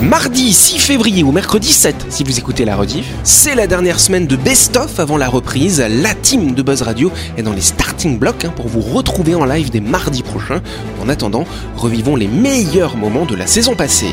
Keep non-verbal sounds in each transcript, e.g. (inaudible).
Mardi 6 février ou mercredi 7, si vous écoutez la rediff, c'est la dernière semaine de best-of avant la reprise. La team de Buzz Radio est dans les starting blocks hein, pour vous retrouver en live dès mardi prochain. En attendant, revivons les meilleurs moments de la saison passée.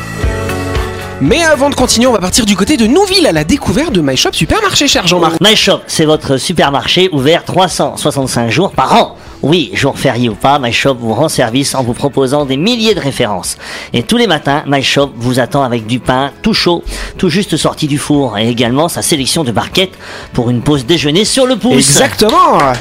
Mais avant de continuer, on va partir du côté de Nouville à la découverte de My Shop Supermarché, cher Jean-Marc. My Shop, c'est votre supermarché ouvert 365 jours par an. Oui, jour férié ou pas, My Shop vous rend service en vous proposant des milliers de références. Et tous les matins, My Shop vous attend avec du pain tout chaud, tout juste sorti du four, et également sa sélection de barquettes pour une pause déjeuner sur le pouce. Exactement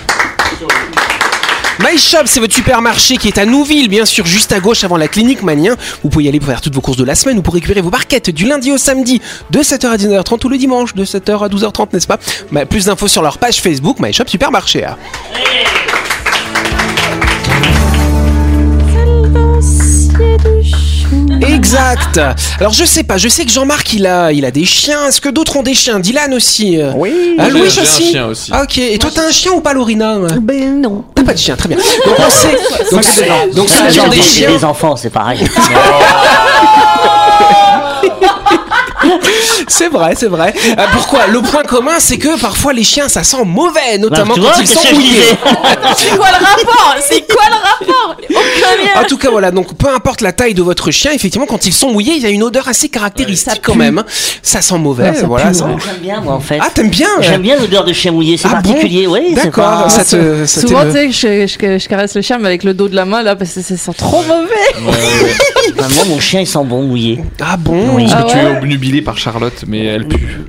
My Shop, c'est votre supermarché qui est à Nouville, bien sûr, juste à gauche avant la clinique Manien. Vous pouvez y aller pour faire toutes vos courses de la semaine ou pour récupérer vos barquettes du lundi au samedi de 7h à 19h30 ou le dimanche de 7h à 12h30, n'est-ce pas Bah, Plus d'infos sur leur page Facebook My Shop Supermarché. hein. Exact. Alors je sais pas, je sais que Jean-Marc il a, il a des chiens. Est-ce que d'autres ont des chiens Dylan aussi. euh. Oui. Ah, J'ai- Louis j'ai un aussi. chien aussi. Ah, ok. Et toi t'as un chien ou pas, Laurina Ben non. T'as pas de chien, très bien. Donc on sait. Donc, donc ceux qui ont des J'ai chiens, Ah, des enfants, (laughs) c'est pareil. c'est vrai, c'est vrai. Euh, pourquoi Le point commun, c'est que parfois les chiens, ça sent mauvais, notamment Bah, tu vois, quand ils qu'est-ce sont que je mouillés. disais (laughs) C'est quoi le rapport C'est quoi le rapport Aucun lien. En tout cas, voilà. Donc, peu importe la taille de votre chien, effectivement, quand ils sont mouillés, il y a une odeur assez caractéristique quand même. Ça sent mauvais, voilà. ça- J'aime bien, moi, en fait. Ah, t'aimes bien ouais. J'aime bien l'odeur de chien mouillé, c'est Ah bon particulier, oui. c'est D'accord. pas- Ça te, ça te- Souvent, tu sais, que je, je- je caresse le chien, mais avec le dos de la main, là, parce que ça sent trop mauvais. Bah, moi, mon chien, il sent bon mouillé. Ah bon Oui. Ah Tu es ouais obnubilé par Charlotte, mais elle pue.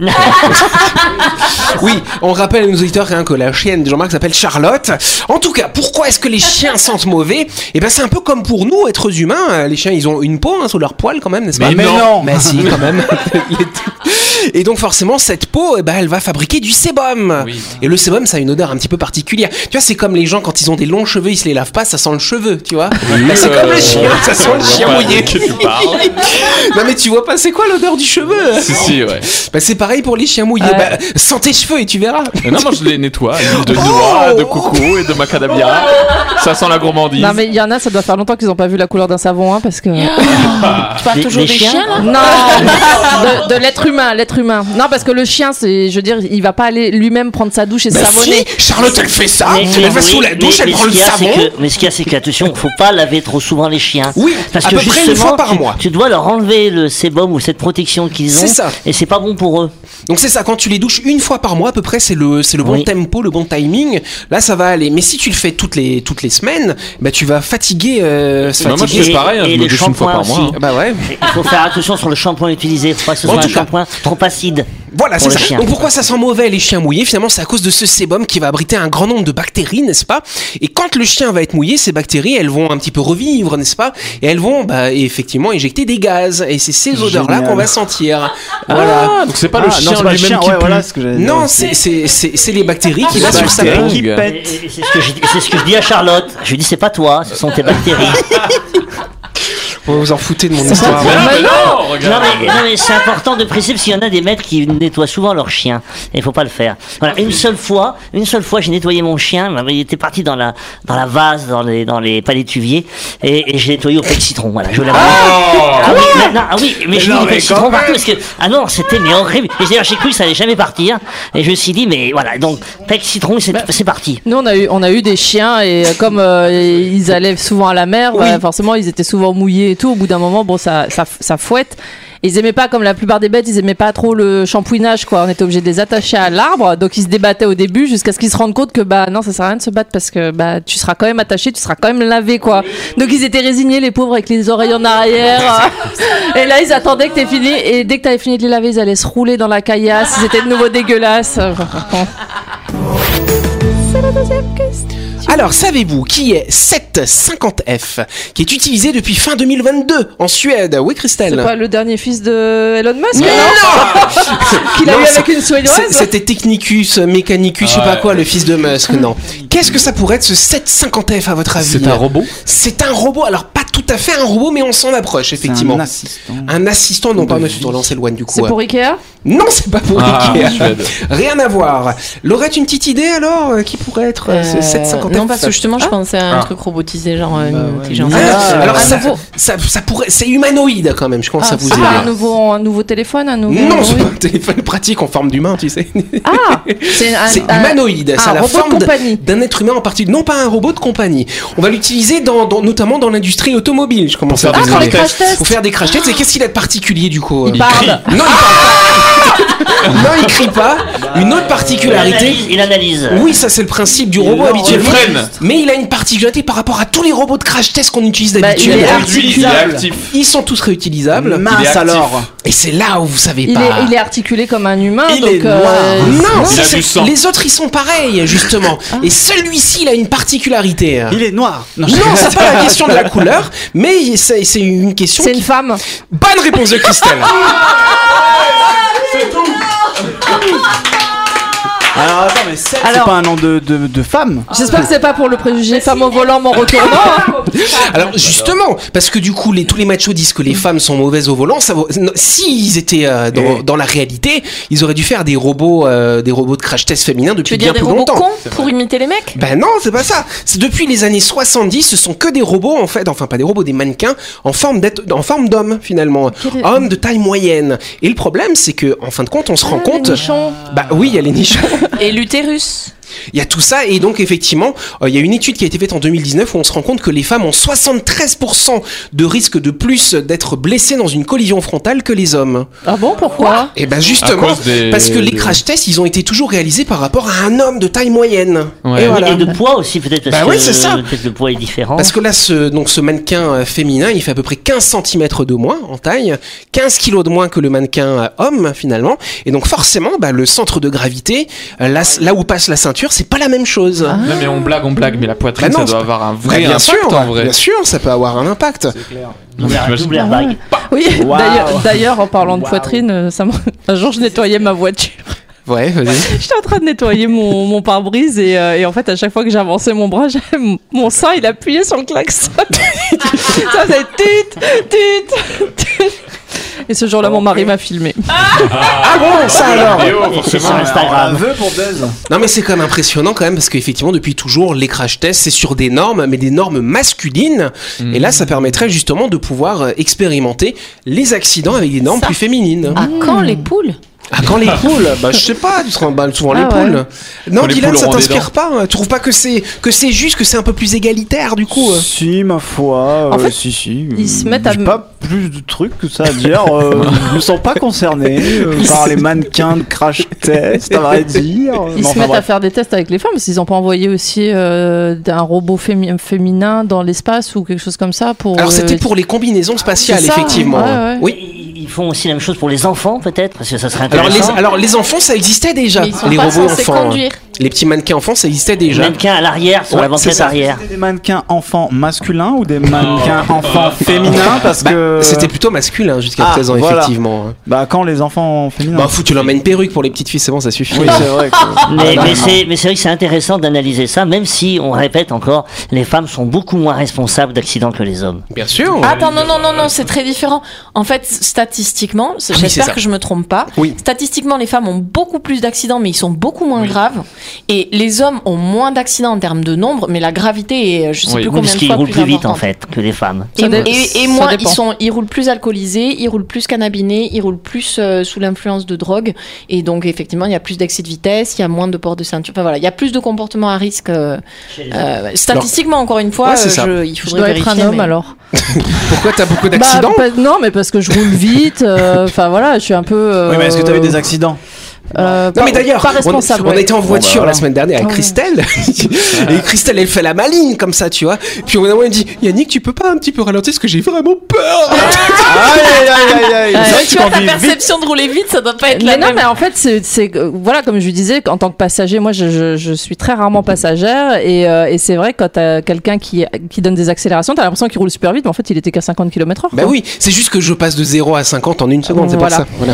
Oui, on rappelle à nos auditeurs hein, que la chienne de Jean-Marc s'appelle Charlotte. En tout cas, pourquoi est-ce que les chiens sentent mauvais Eh ben, c'est un peu comme pour nous, êtres humains. Euh, Les chiens, ils ont une peau hein, sous leur poil quand même, n'est-ce pas Mais non. Mais si, quand même. (laughs) Les- Et donc forcément, cette peau, eh ben, elle va fabriquer du sébum. Oui. Et le sébum, ça a une odeur un petit peu particulière. Tu vois, c'est comme les gens quand ils ont des longs cheveux, ils se les lavent pas, ça sent le cheveu, tu vois. Bah, c'est euh, comme les chiens, ça sent le chien mouillé. que tu parles. (laughs) Non mais tu vois pas, c'est quoi l'odeur du cheveu si, si, ouais. Bah c'est pareil pour les chiens mouillés. Ouais. Bah, sens tes cheveux et tu verras. Mais non, moi je les nettoie. à l'huile De noix, Oh de coco et de macadamia. Ça sent la gourmandise. Non, mais il y en a, ça doit faire longtemps qu'ils n'ont pas vu la couleur d'un savon, hein, parce que. Tu parles toujours des, chiens, là Non, de, de l'être humain, l'être humain. Non, parce que le chien, c'est, je veux dire, il va pas aller lui-même prendre sa douche et se Bah savonner. si, Charlotte elle fait ça, Mais- mais elle va oui, sous la mais- douche, elle mais prend ce le qu'il y a, savon. c'est que- mais ce qu'il y a, c'est qu'attention, faut pas laver trop souvent les chiens. Oui, Parce à que peu près une justement, fois par tu, mois. tu dois leur enlever le sébum ou cette protection qu'ils ont. C'est ça. Et c'est pas bon pour eux. Donc c'est ça, quand tu les douches une fois par mois à peu près, c'est le, c'est le bon Oui. tempo, le bon timing. Là ça va aller. Mais si tu le fais toutes les, toutes les semaines, bah tu vas fatiguer. Euh, se Bah, moi, je fatiguer. fais pareil, hein, Et je les me douche une fois par shampoings mois. hein. aussi. Bah ouais. Il faut faire attention sur le shampoing utilisé. Faut pas que ce En soit un tout cas. shampoing trop acide. Voilà, c'est Pour ça. le chien. Donc pourquoi ça sent mauvais les chiens mouillés Finalement, c'est à cause de ce sébum qui va abriter un grand nombre de bactéries, n'est-ce pas Et quand le chien va être mouillé, ces bactéries, elles vont un petit peu revivre, n'est-ce pas Et elles vont bah, effectivement éjecter des gaz. Et c'est ces odeurs-là qu'on va sentir. Voilà. Donc c'est pas le Ah, non, chien c'est pas le lui-même chien, qui ouais, pue. voilà ce que j'allais Non, dire. c'est c'est- c'est- c'est les bactéries qui va sur sa bactéries. peau. qui Et- Et- pète. et C'est ce que j'ai- c'est ce que je dis à Charlotte. Je lui dis c'est pas toi, ce sont tes bactéries. Vous vous en foutez de mon histoire. Mais non, mais non, Non regarde. mais, non, mais c'est important de préciser parce qu'il y en a des maîtres qui nettoient souvent leurs chiens et il faut pas le faire. Voilà, une seule fois, une seule fois j'ai nettoyé mon chien, mais il était parti dans la dans la vase, dans les dans les palétuviers et, et j'ai nettoyé au pet citron. Voilà, je l'ai ah, oui, mais, non, ah oui, mais je l'ai mis au non, Oh mais pet citron quand partout même. parce que ah non, c'était mais horrible. Et d'ailleurs j'ai cru que ça allait jamais partir et je me suis dit mais voilà donc pet citron c'est c'est parti. Nous, on a eu, on a eu des chiens et euh, comme euh, ils allaient souvent à la mer, bah, forcément, ils étaient souvent mouillés et tout. Au bout d'un moment, bon, ça, ça, ça fouette. Ils aimaient pas, comme la plupart des bêtes, ils aimaient pas trop le shampouinage, quoi. On était obligé de les attacher à l'arbre, donc ils se débattaient au début jusqu'à ce qu'ils se rendent compte que bah non, ça sert à rien de se battre parce que bah tu seras quand même attaché, tu seras quand même lavé, quoi. Donc ils étaient résignés, les pauvres, avec les oreilles en arrière. et là, ils attendaient que t'aies fini, et dès que t'avais fini de les laver, ils allaient se rouler dans la caillasse. Ils étaient de nouveau dégueulasses. Alors, Alors, savez-vous qui est 750F, qui est utilisé depuis fin 2022 en Suède Oui, Christelle C'est pas le dernier fils de Elon Musk, Mais non non (laughs) Qu'il a Non, eu c'est- avec une C'est- Suédoise C'était Technicus, Mechanicus, je sais pas quoi, le fils de Musk, non. Qu'est ce que ça pourrait être ce 750F à votre avis C'est un robot C'est un robot, alors pas tout à fait un robot, mais on s'en approche, effectivement. Effectivement. Un assistant. Un assistant, non pas monsieur Tourlan, c'est loin du coup. euh. C'est pour Ikea Non, c'est pas pour Ah, Ikea. en Suède. Rien à voir. Laurette, une petite idée alors euh, Qui pourrait être euh, ce Euh, 750 Non, parce que justement, je pensais à un Ah. truc robotisé, genre euh, une ouais. intelligence. Ah, Ah, alors euh, ça, ça, ça pourrait, c'est humanoïde quand même. Je commence à vous c'est pas Ah, un aider. nouveau, un nouveau téléphone, un nouveau. Non, c'est oui. pas un téléphone pratique en forme d'humain, tu sais. (laughs) Ah C'est un, C'est un- humanoïde, ça un a la robot de forme d- compagnie. d'un être humain en partie, non pas un robot de compagnie. On va l'utiliser dans, dans- notamment dans l'industrie automobile. Je commence Pour à faire vous des Ah, pour aider. les crash Pour faire des crash tests. Et qu'est-ce qu'il a de particulier du coup euh, Il parle. Non, il parle pas. non, il crie pas. Une autre Il particularité. analyse, il analyse. Oui, ça c'est le principe du robot habituel. Il freine. Mais il a une particularité par rapport à tous les robots de crash test qu'on utilise Bah, d'habitude. il est Aujourd'hui, il est actif. Ils sont tous Ah, réutilisables. Il est Mince actif. alors. Et c'est là où vous savez Il pas. est, il est articulé comme un humain, Il donc. euh, est noir. Non, Il ça, a c'est- du sang. les autres ils sont pareils justement. Et celui-ci il a une particularité. Il est noir. je- Non, c'est pas la question de la couleur, mais il- c'est c'est une question. C'est qui- une femme. Bonne réponse de Christelle. Alors Ah, attends, mais sept, c'est Alors- pas un nom de, de, de femme. J'espère que c'est pas pour le préjugé femme au volant, m'en retournant. hein. Alors justement, parce que du coup, les, tous les machos disent que les femmes sont mauvaises au volant. Ça vaut- non, S'ils étaient euh, dans, Eh. dans la réalité, ils auraient dû faire des robots, euh, des robots de crash test féminins Tu depuis veux bien dire des plus robots longtemps. cons pour imiter les mecs Ben non, c'est pas ça. C'est depuis les années 70, ce sont que des robots en fait, enfin pas des robots, des mannequins en forme d'être, en forme d'hommes finalement, hommes de taille moyenne. Et le problème, c'est que en fin de compte, on se rend Ah, compte. les nichons. Bah oui, il y a les niches. (laughs) Et l'utérus Il y a tout ça et donc effectivement, euh, il y a une étude qui a été faite en 2019 où on se rend compte que les femmes ont 73% de risque de plus d'être blessées dans une collision frontale que les hommes. Ah bon, pourquoi Et ben À justement, cause des- parce que les des- crash tests, ils ont été toujours réalisés par rapport à un homme de taille moyenne. Ouais. Et voilà. Et de poids aussi, peut-être, parce Bah que oui, c'est ça. euh, peut-être le poids est différent. Parce que là, ce, donc, ce mannequin euh, féminin, il fait à peu près 15 cm de moins en taille, 15 kg de moins que le mannequin euh, homme finalement. Et donc forcément, bah, le centre de gravité, euh, là, là où passe la ceinture, c'est pas la même chose. Non, mais on blague, on blague, mais la poitrine, Bah non, ça doit c'est avoir un Bah, vrai bien impact sûr, en vrai. bien sûr, ça peut avoir un impact. Non, mais Double- t'imagines- double airbag. Ah Oui, Waouh. d'ailleurs- d'ailleurs, en parlant de poitrine, euh, ça m'a- (laughs) un jour je nettoyais ma voiture. Ouais, vas-y. (laughs) J'étais en train de nettoyer mon, mon pare-brise et, euh, et en fait, à chaque fois que j'avançais mon bras, (laughs) j'avais mon- mon sein, il appuyait sur le klaxon. (laughs) ça faisait tut, tut, tut. Et ce jour-là, mon mari m'a filmé. Ah bon, ça alors Vidéo, C'est Ah forcément. sur Instagram. vœu pour Buzz. Non mais c'est quand même impressionnant quand même parce qu'effectivement depuis toujours les crash tests c'est sur des normes mais des normes masculines et Mhm. là ça permettrait justement de pouvoir euh, expérimenter les accidents avec des normes Ça. plus féminines. À quand les poules Ah, quand les poules, bah je sais pas, tu te remballes souvent les Ah ouais. poules. Non Quand les Dylan poules ça auront des t'inspire pas, hein. tu trouves pas que c'est que c'est juste que c'est un peu plus égalitaire du coup euh Si, ma foi, En euh, fait, si, si. ils se mettent à J'ai me- pas plus de trucs que ça à dire. euh, je me sens pas concerné euh, par les mannequins de crash test, à vrai dire. Ils Mais se enfin, mettent à bref. faire des tests avec les femmes, parce qu'ils n'ont pas envoyé aussi euh, un robot fémi- féminin dans l'espace ou quelque chose comme ça pour. Alors euh, c'était pour les combinaisons spatiales C'est ça, effectivement. ouais, ouais. Oui. Ils ils font aussi la même chose pour les enfants, peut-être, parce que ça serait Alors les, intéressant. alors les enfants ça existait déjà, Mais ils sont les pas robots censés enfants. hein. conduire. Les petits mannequins enfants ça existait déjà. Mannequin à l'arrière, sur Ouais, la c'est banquette ça. arrière. C'était des mannequins enfants masculins ou des mannequins enfants féminins parce Bah, que C'était plutôt masculin jusqu'à Ah, présent, voilà. effectivement. hein. bah quand les enfants féminins Bah, fou, tu l'emmènes une perruque pour les petites filles, c'est bon, ça suffit. oui c'est vrai que... (laughs) Mais, Ah, mais non, c'est mais c'est vrai que c'est intéressant d'analyser ça, même si, on répète encore, les femmes sont beaucoup moins responsables d'accidents que les hommes. Bien sûr. Ah, Attends, non, non, non, non, c'est très différent. En fait, statistiquement, oui, c'est ça. j'espère que je me trompe pas. Oui. Statistiquement, les femmes ont beaucoup plus d'accidents, mais ils sont beaucoup moins Oui. graves. Et les hommes ont moins d'accidents en termes de nombre, mais la gravité est, euh, je sais Oui. plus Oui, combien Parce de qu'ils fois roulent plus, plus vite, en importante. fait, que les femmes. Et, Ça dé- et- et ça moins, ils, dépend. sont, ils roulent plus alcoolisés, ils roulent plus cannabinés, ils roulent plus euh, sous l'influence de drogue. Et donc, effectivement, il y a plus d'excès de vitesse, il y a moins de port de ceinture. Enfin voilà, il y a plus de comportements à risque. euh, euh, statistiquement, encore une fois, Ouais, c'est euh, ça. je- il Je faudrait dois être un vérifier, homme mais- alors. Pourquoi t'as beaucoup Bah, d'accidents pas- non, mais parce que je roule vite. euh, Enfin voilà, je suis un peu. euh, Oui, mais est-ce que t'as eu des accidents Euh, Non pas- mais d'ailleurs, pas on, responsable. on ouais. bah, était en voiture voilà. la semaine dernière avec (laughs) Christelle et Christelle elle fait la maligne comme ça, tu vois. Puis au bout d'un moment elle me dit Yannick, tu peux pas un petit peu ralentir parce que j'ai vraiment peur. Aïe, aïe, aïe, aïe. Ouais, Tu vois, ta perception. de rouler vite, ça doit pas être Mais non, mais en fait, c'est- c'est euh, voilà, comme je disais, en tant que passager, moi, je, je- je suis très rarement passagère, et, euh, et c'est vrai que quand t'as quelqu'un qui, qui donne des accélérations, t'as l'impression qu'il roule super vite, mais en fait, il était qu'à 50 km/h. bah oui, c'est juste que je passe de 0 à 50 en une seconde, c'est Voilà. pas ça. Voilà.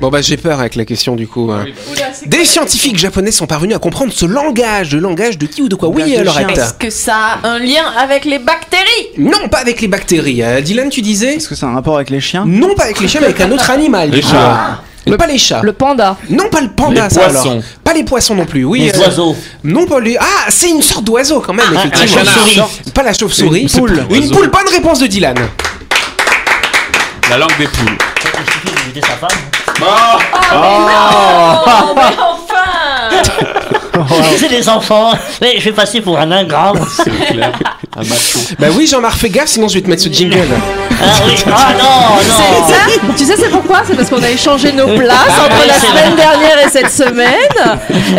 Bon bah j'ai peur avec la question du coup. Ah hein. Des scientifiques japonais sont parvenus à comprendre ce langage, le langage de qui ou de quoi. Oui, Langage de Lorette. Est-ce que ça a un lien avec les bactéries Non, pas avec les bactéries. Euh, Dylan, tu disais Est-ce que c'est un rapport avec les chiens Non, pas avec les chiens, mais avec un autre animal. Les tu chats. vois. pas les chats. Le panda. Non, pas le panda, Les ça alors. poissons. Pas les poissons non plus. Oui. Les euh, oiseaux. Non, pas les. Ah, c'est une sorte d'oiseau quand même, effectivement. un canard. Pas la chauve-souris. Ah, Une poule. Une Oiseau. poule. Bonne réponse de Dylan. La langue des poules. Oh. C'est des enfants, mais je vais passer pour un ingrat. moi. C'est clair. Un macho. Bah oui, Jean-Marc, fais gaffe, sinon je vais te mettre ce jingle. Ah oui, ah non, Oh. non. C'est ça Tu sais, c'est pourquoi C'est parce qu'on a échangé Bah nos places Ah, entre oui, la c'est semaine dernière et cette semaine,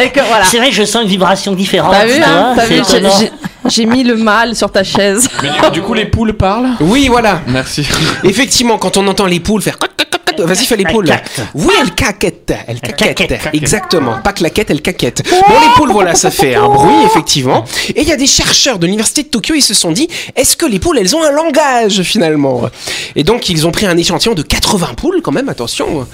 et que voilà. C'est vrai que je sens une vibration différente. T'as vu, tu hein vois, T'as c'est vu, j'ai- étonnant. j'ai- J'ai mis le mal sur ta chaise. Mais du coup- du coup, les poules parlent Oui, voilà. Merci. Effectivement, quand on entend les poules faire. coc, coc, coc, coc, Vas-y, fais les Elle poules. caquette. Oui, elle caquette. Elle caquette. caquette. Exactement. Pas claquette, elle caquette. Bon, les poules, voilà, ça fait un bruit, effectivement. Et il y a des chercheurs de l'université de Tokyo, ils se sont dit, est-ce que les poules, elles ont un langage, finalement Et donc, ils ont pris un échantillon de 80 poules, quand même, attention.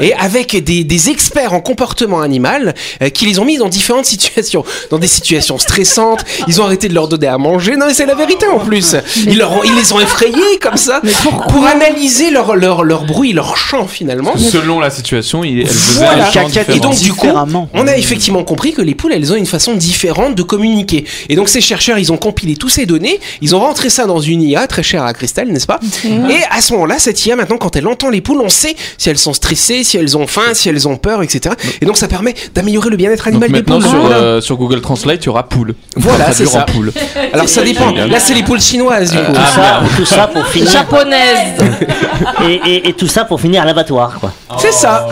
Et avec des, des experts en comportement animal, euh, qui les ont mis dans différentes situations. Dans des situations stressantes, ils ont arrêté de leur donner à manger. Non, mais c'est la vérité, en plus. Ils, leur ont- ils les ont effrayés, comme ça, pour analyser leur, leur, leur bruit, leur chant, finalement. Selon la situation, il- elle faisait Oh, Voilà. un chant Caquette. Et différent. donc, du coup, Différemment. on a effectivement compris que les poules, elles ont une façon différente de communiquer. Et donc, ces chercheurs, ils ont compilé tous ces données, ils ont rentré ça dans une IA très chère à Christelle, n'est-ce pas Et à ce moment-là, cette IA, maintenant, quand elle entend les poules, on sait si elles sont stressées, si elles ont faim, si elles ont peur, etc. Et donc, ça permet d'améliorer le bien-être Donc animal des maintenant poules. sur, Voilà. euh, sur Google Translate, il y aura poule. Voilà, va c'est traduire en ça. Poule. Alors, ça dépend. génial. Là, c'est les poules chinoises, Ah, du coup. Tout ça, tout ça pour finir Japonaise. et, et- et tout ça pour finir à l'abattoir quoi. C'est ça.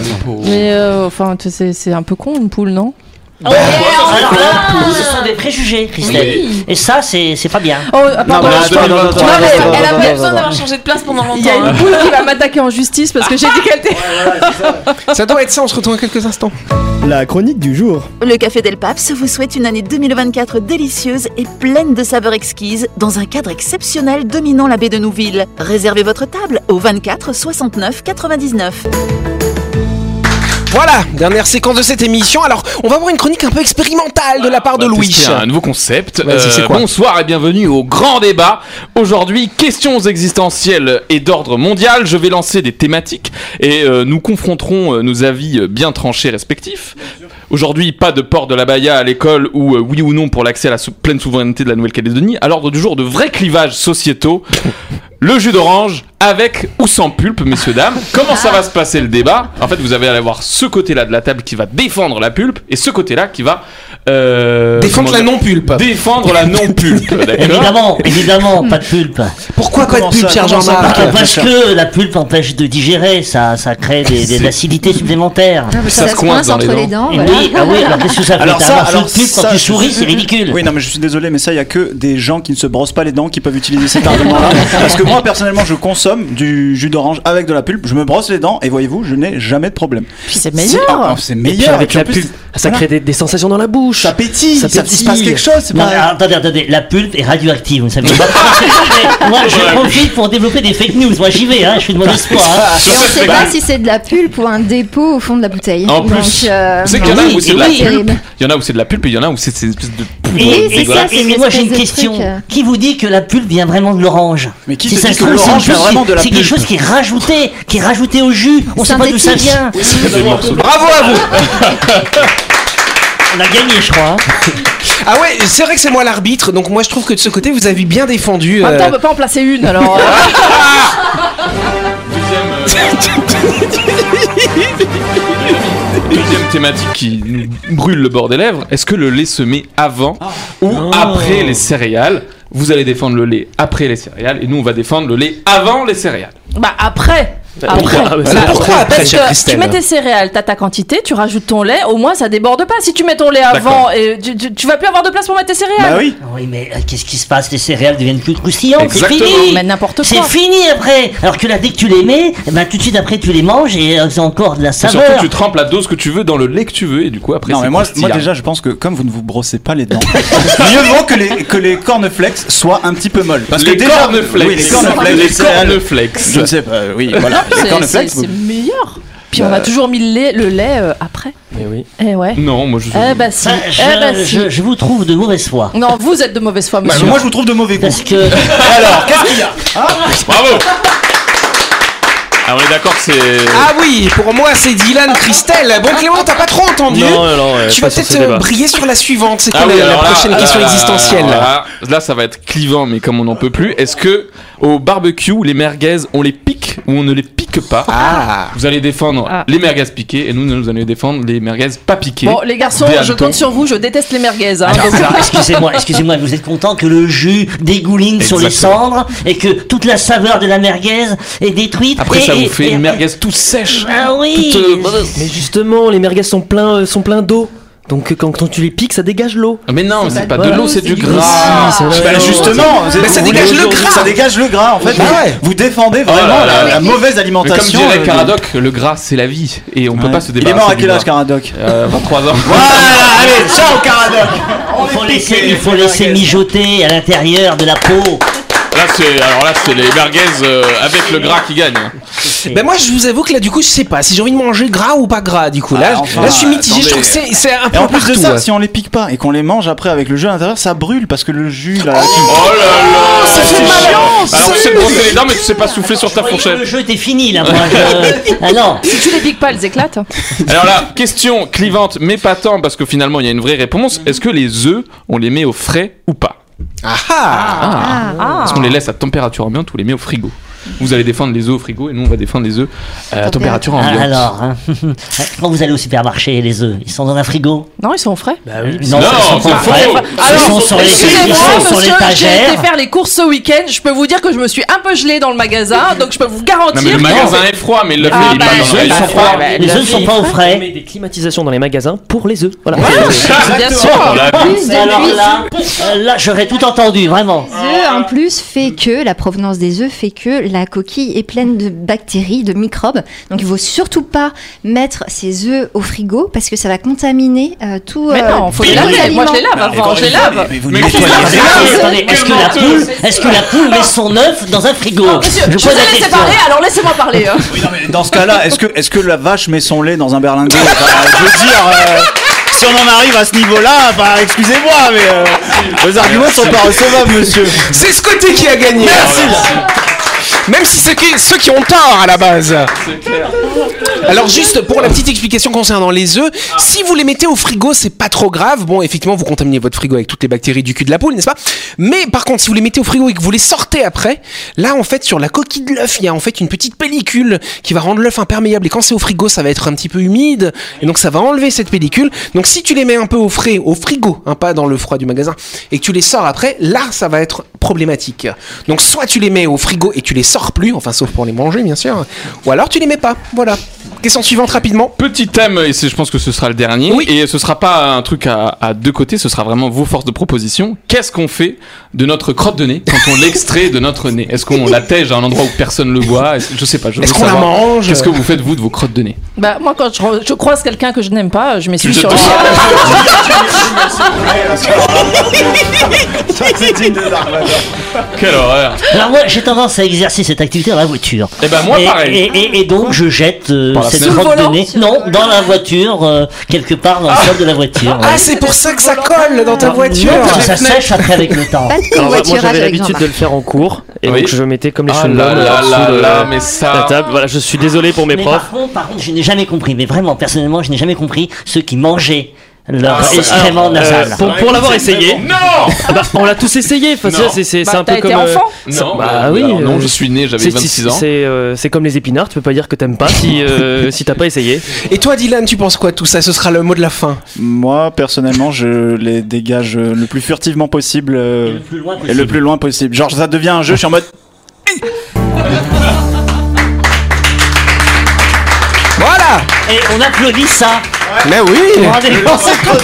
Mais euh, enfin, tu sais, c'est un peu con une poule, non Oh, Ben, Alors là, ce sont des préjugés, Christelle. Et ça, c'est c'est pas bien. Oh, ah, pardon, mais je- elle a Pas besoin d'avoir changé de place pendant il y a longtemps. hein. une poule qui va m'attaquer en justice parce que j'ai dit qu'elle était. Ça doit être ça, on se retrouve dans quelques instants. La chronique du jour. Le Café Del Paps vous souhaite une année 2024 délicieuse et pleine de saveurs exquises dans un cadre exceptionnel dominant la baie de Nouville. Réservez votre table au 24 69 99. Voilà, dernière séquence de cette émission. Alors, on va voir une chronique un peu expérimentale (laughs) de la part de On va Louis. tester Un euh, nouveau concept. Euh, Vas-y, c'est quoi bonsoir et bienvenue au grand débat. Aujourd'hui, questions existentielles et d'ordre mondial. Je vais lancer des thématiques et euh, nous confronterons euh, nos avis euh, bien tranchés respectifs. Aujourd'hui, pas de port de la Baïa à l'école ou euh, oui ou non pour l'accès à la sou- pleine souveraineté de la Nouvelle-Calédonie. À l'ordre du jour, de vrais clivages (laughs) sociétaux. Le jus d'orange avec ou sans pulpe, messieurs, dames. Comment ça va se passer le débat En fait, vous allez avoir ce côté-là de la table qui va défendre la pulpe et ce côté-là qui va... euh, Défendre comment la dire non-pulpe. Défendre la (laughs) non-pulpe, ben, d'accord (laughs) Évidemment, évidemment, pas de pulpe. Pourquoi quoi de Comment pub, ça, Pierre comment ça Jean-Marc parle Parce que la pulpe empêche de digérer, ça, ça crée des, des acidités supplémentaires. Ça se coince dans les dents. Et oui, ah oui, alors qu'est-ce que ça fait Alors T'as ça, un morceau alors de pulpe quand ça, tu je- souris, c'est ridicule. Oui, non, mais je suis désolé, mais ça, il y a que des gens qui ne se brossent pas les dents qui peuvent utiliser cet argument-là. Parce que moi, personnellement, je consomme du jus d'orange avec de la pulpe, je me brosse les dents et voyez-vous, je n'ai jamais de problème. Puis c'est C'est ah, ah, c'est meilleur. avec et puis en la plus, pulpe, ça voilà. crée des, des sensations dans la bouche. Ça pétille, Ça ça pétille. Il se passe quelque chose, c'est Non, mais pas. attendez, attendez, la pulpe est radioactive, vous ne savez (laughs) pas. Mais moi, je profite pour développer des fake news. Moi, j'y vais, hein, je suis de mauvais espoir. (laughs) hein. Sur Et Ah, on cette sait Bah. blague- pas si c'est de la pulpe ou un dépôt au fond de la bouteille. En plus, Donc, euh, c'est qu'il y en a oui, où c'est de la oui, pulpe, terrible. il y en a où c'est de la pulpe, et il y en a où c'est ces espèces de poudre Oui, c'est dégueulasse. ça, c'est et une moi, j'ai une espèce de question. truc, euh. Qui vous dit que la pulpe vient vraiment de l'orange Mais qui Si te ça dit se que trouve, c'est l'orange une vient chose vraiment qui- de la C'est quelque pulpe chose qui est rajouté, qui est rajouté au jus. On ne sait pas d'où ça Synthétique. vient. Des morceaux. Bravo hein. à vous On a gagné, je crois. hein. Ah ouais, c'est vrai que c'est moi l'arbitre, donc moi je trouve que de ce côté vous avez bien défendu. En même temps, on euh, peut pas en placer une alors. euh. euh, Deuxième thématique qui nous brûle le bord des lèvres, est-ce que le lait se met avant ou Ah. après les céréales Vous allez défendre le lait après les céréales et nous on va défendre le lait avant les céréales. Bah après. Après. Pourquoi Ah, bah, c'est Bah, pourquoi après, Parce chère que Christelle tu mets tes céréales, t'as ta quantité, tu rajoutes ton lait, au moins ça déborde pas. Si tu mets ton lait avant, et tu, tu- tu vas plus avoir de place pour mettre tes céréales. Bah (laughs) oui. Oui, mais euh, qu'est-ce qui se passe Les céréales deviennent plus croustillantes, c'est Exactement. fini Mais n'importe C'est quoi. fini après Alors que là, dès que tu les mets, eh ben, tout de suite après, tu les manges et euh, c'est encore de la Et saveur. surtout tu trempes la dose que tu veux dans le lait que tu veux et du coup après Non c'est mais moi, moi croustillant. déjà je pense que comme vous ne vous brossez pas les dents, mieux vaut que les que les cornflakes soient un petit peu molles. Parce les que déjà, cornflakes. oui, les cornflakes, Les les céréales, cornflakes. je ne sais pas, euh, oui, voilà, C'est- les C'est cornflakes. c'est meilleur. Puis on a toujours mis le lait, le lait euh, après. mais Bah oui. Eh ouais. Non, moi je. Eh bah si. Ça, eh je, bah si. je- je vous trouve de mauvaise foi. Non, vous êtes de mauvaise Bah foi, Parce que monsieur. moi je vous trouve de mauvais goût. Parce que Alors, qu'est-ce qu'il y a Bravo Ah, on est d'accord que c'est. Ah oui, pour moi c'est Dylan Christelle. Bon Clément, t'as pas trop entendu Non, non, ouais, Tu pas vas sur peut-être ce euh, débat. briller sur la suivante, c'était Ah oui, la, la alors là, prochaine là, question là, existentielle. Là, là, là, ça va être clivant, mais comme on n'en peut plus, est-ce que au barbecue, les merguez, on les pique ou on ne les pique pas Ah Vous allez défendre Ah. les merguez piquées et nous, nous allons défendre les merguez pas piquées. Bon, les garçons, Des je hannetons. compte sur vous, je déteste les merguez. Ah, hein. Alors, alors, excusez-moi, excusez-moi, vous êtes content que le jus dégouline sur les Exactement. cendres et que toute la saveur de la merguez est détruite. Après, et- ça et- vous fait et- une merguez toute sèche. euh, Ah oui. Mais justement, les merguez sont pleins euh, sont pleins d'eau. Donc euh, quand, quand tu les piques, ça dégage l'eau. Ah, Mais non, c'est pas de voilà, l'eau, c'est du gras. Ah, c'est Bah, vrai. justement, vous êtes- Mais ça vous voulez dégage le aujourd'hui- gras. Ça dégage le gras Ah en fait. Bah vous, ouais. vous défendez vraiment Oh là là, la, la mais- mauvaise Mais comme alimentation. dirait euh, Caradoc, le gras c'est la vie et on peut Ouais. pas se Il débarrasser. est mort à du quel âge gras. Caradoc Euh, (laughs) 23 ans. Voilà, allez, ciao Caradoc. Il faut laisser, piqué. il faut laisser mijoter à l'intérieur de la peau. Là, c'est alors là, c'est les merguez euh, avec le gras qui gagnent. Ben moi je vous avoue que là du coup je sais pas si j'ai envie de manger gras ou pas gras du coup. Là, Ah, je- enfin, là je suis mitigé, je attendez. trouve que c'est- c'est un peu Et en plus de partout, hein. ça, ouais. si on les pique pas et qu'on les mange après avec le jus à l'intérieur, ça brûle parce que le jus là. Oh là là, ça fait mal. Alors tu sais Salut. brosser les dents, mais tu sais pas souffler sur ta Je croyais que Le fourchette. jeu était fini là. Moi, (laughs) je- Ah non. Si tu les piques pas, elles éclatent. Alors là, question clivante, mais pas tant parce que finalement il y a une vraie réponse. Est-ce que les œufs, on les met au frais ou pas Ah ah Ah. Ah. Est-ce qu'on les laisse à température ambiante ou les met au frigo Vous allez défendre les œufs au frigo et nous on va défendre les œufs euh, à température Ah, ambiante. alors, hein. (laughs) quand vous allez au supermarché, les œufs, ils sont dans un frigo. Non, ils sont frais. Bah oui. Non, Non, ils sont c'est pas faux. frais. Ils Alors, sont sur les- ils sont excusez-moi, sur monsieur, j'ai été l'étagère. faire les courses ce week-end. Je peux vous dire que je me suis un peu gelée dans le magasin, donc je peux vous Non garantir. mais le que- magasin est froid, mais le Ah, il est pas bah, dans Les œufs, la- ils sont pas, les œufs ne sont pas au On frais. met des climatisations dans les magasins pour les œufs. Voilà. Bien Oh, sûr. Alors là, euh, là j'aurais tout entendu, vraiment. œufs, en plus, fait que la provenance des œufs fait que la coquille est pleine de bactéries, de microbes. Donc, il faut surtout pas mettre ces œufs au frigo parce que ça va contaminer euh, tout. Mais euh, non, faut les tous laver. Moi, je les aliments. lave avant. Je les lave. Mais vous Mais nettoyez qu'est-ce les que Attendez, attendez, œufs. est-ce que la poule, est-ce que la poule met son œuf dans un frigo Monsieur, je vous ai laissé parler, alors laissez-moi parler. hein. Oui, non, mais dans ce cas-là, est-ce que, est que la vache met son lait dans un berlingot Enfin, Je veux dire, euh, si on en arrive à ce niveau-là, enfin, excusez-moi, mais euh, vos arguments sont pas recevables, monsieur. C'est ce côté qui a gagné. Même si c'est qui- ceux qui ont tort à la base. Alors juste pour la petite explication concernant les œufs, si vous les mettez au frigo, c'est pas trop grave. Bon, effectivement, vous contaminez votre frigo avec toutes les bactéries du cul de la poule, n'est-ce pas Mais par contre, si vous les mettez au frigo et que vous les sortez après, là en fait sur la coquille de l'œuf, il y a en fait une petite pellicule qui va rendre l'œuf imperméable. Et quand c'est au frigo, ça va être un petit peu humide et donc ça va enlever cette pellicule. Donc si tu les mets un peu au frais, au frigo, hein, pas dans le froid du magasin, et que tu les sors après, là ça va être problématique. Donc soit tu les mets au frigo et tu les sors plus, enfin sauf pour les manger bien sûr, ou alors tu les mets pas. Voilà. Question suivante rapidement. Petit thème, et c'est- je pense que ce sera le dernier. Oui. Et ce sera pas un truc à, à deux côtés, ce sera vraiment vos forces de proposition. Qu'est-ce qu'on fait de notre crotte de nez quand on l'extrait de notre nez Est-ce qu'on la tège à un endroit où personne le voit Est-ce- Je sais pas, je veux Est-ce qu'on la savoir. mange Qu'est-ce que vous faites, vous, de vos crottes de nez Bah, moi, quand je, re- je croise quelqu'un que je n'aime pas, je m'essuie (laughs) sur le. Quelle horreur Alors moi, j'ai tendance à exercer cette activité dans la voiture. Eh ben, moi, et, pareil. Et, et- et donc, je jette euh, Par la cette fenêtre. crotte de nez. Non, dans la voiture, euh, quelque part dans le sol de la voiture. Ah, c'est pour ça que ça colle dans ta voiture. Non, parce que ça sèche après avec le temps. Pas de Alors, moi covoiturage j'avais avec l'habitude de Jean-Marc. le faire en cours et Oui. donc je mettais comme les Ah chewing-gums là là en dessous là de là, mais la ça. table. Voilà, je suis désolé pour mes Mais profs. par contre, par contre, je n'ai jamais compris, mais vraiment, personnellement, je n'ai jamais compris ceux qui mangeaient Ah, leur excrément Euh, nasal. pour pour l'avoir essayé, Non Ah bah, on l'a tous essayé. Enfin, Non. c'est- c'est c'est Bah, un t'as peu été comme. euh, enfant ça- Non, bah euh, oui. alors non, euh, je suis né, j'avais c'est- 26 ans. C'est euh, c'est comme les épinards, tu peux pas dire que t'aimes pas si, euh, si t'as pas essayé. Et toi, Dylan, tu penses quoi de tout ça Ce sera le mot de la fin. Moi, personnellement, je les dégage euh, le plus furtivement possible euh, plus loin et le plus loin possible. Genre, ça devient un jeu, je suis en mode. Voilà Et on applaudit ça. Mais Vous oui vous rendez compte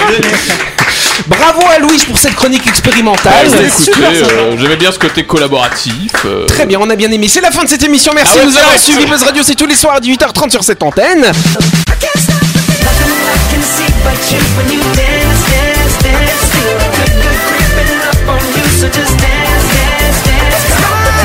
Bravo à Louise pour cette chronique Ah, expérimentale. bah, C'est écoutez, super sympa. euh, j'aimais bien ce côté collaboratif. euh, Très bien, on a bien aimé. C'est la fin de cette émission. Merci Ah ouais, de nous avoir direct. suivis. Buzz Radio, c'est tous les soirs à 18h30 sur cette antenne.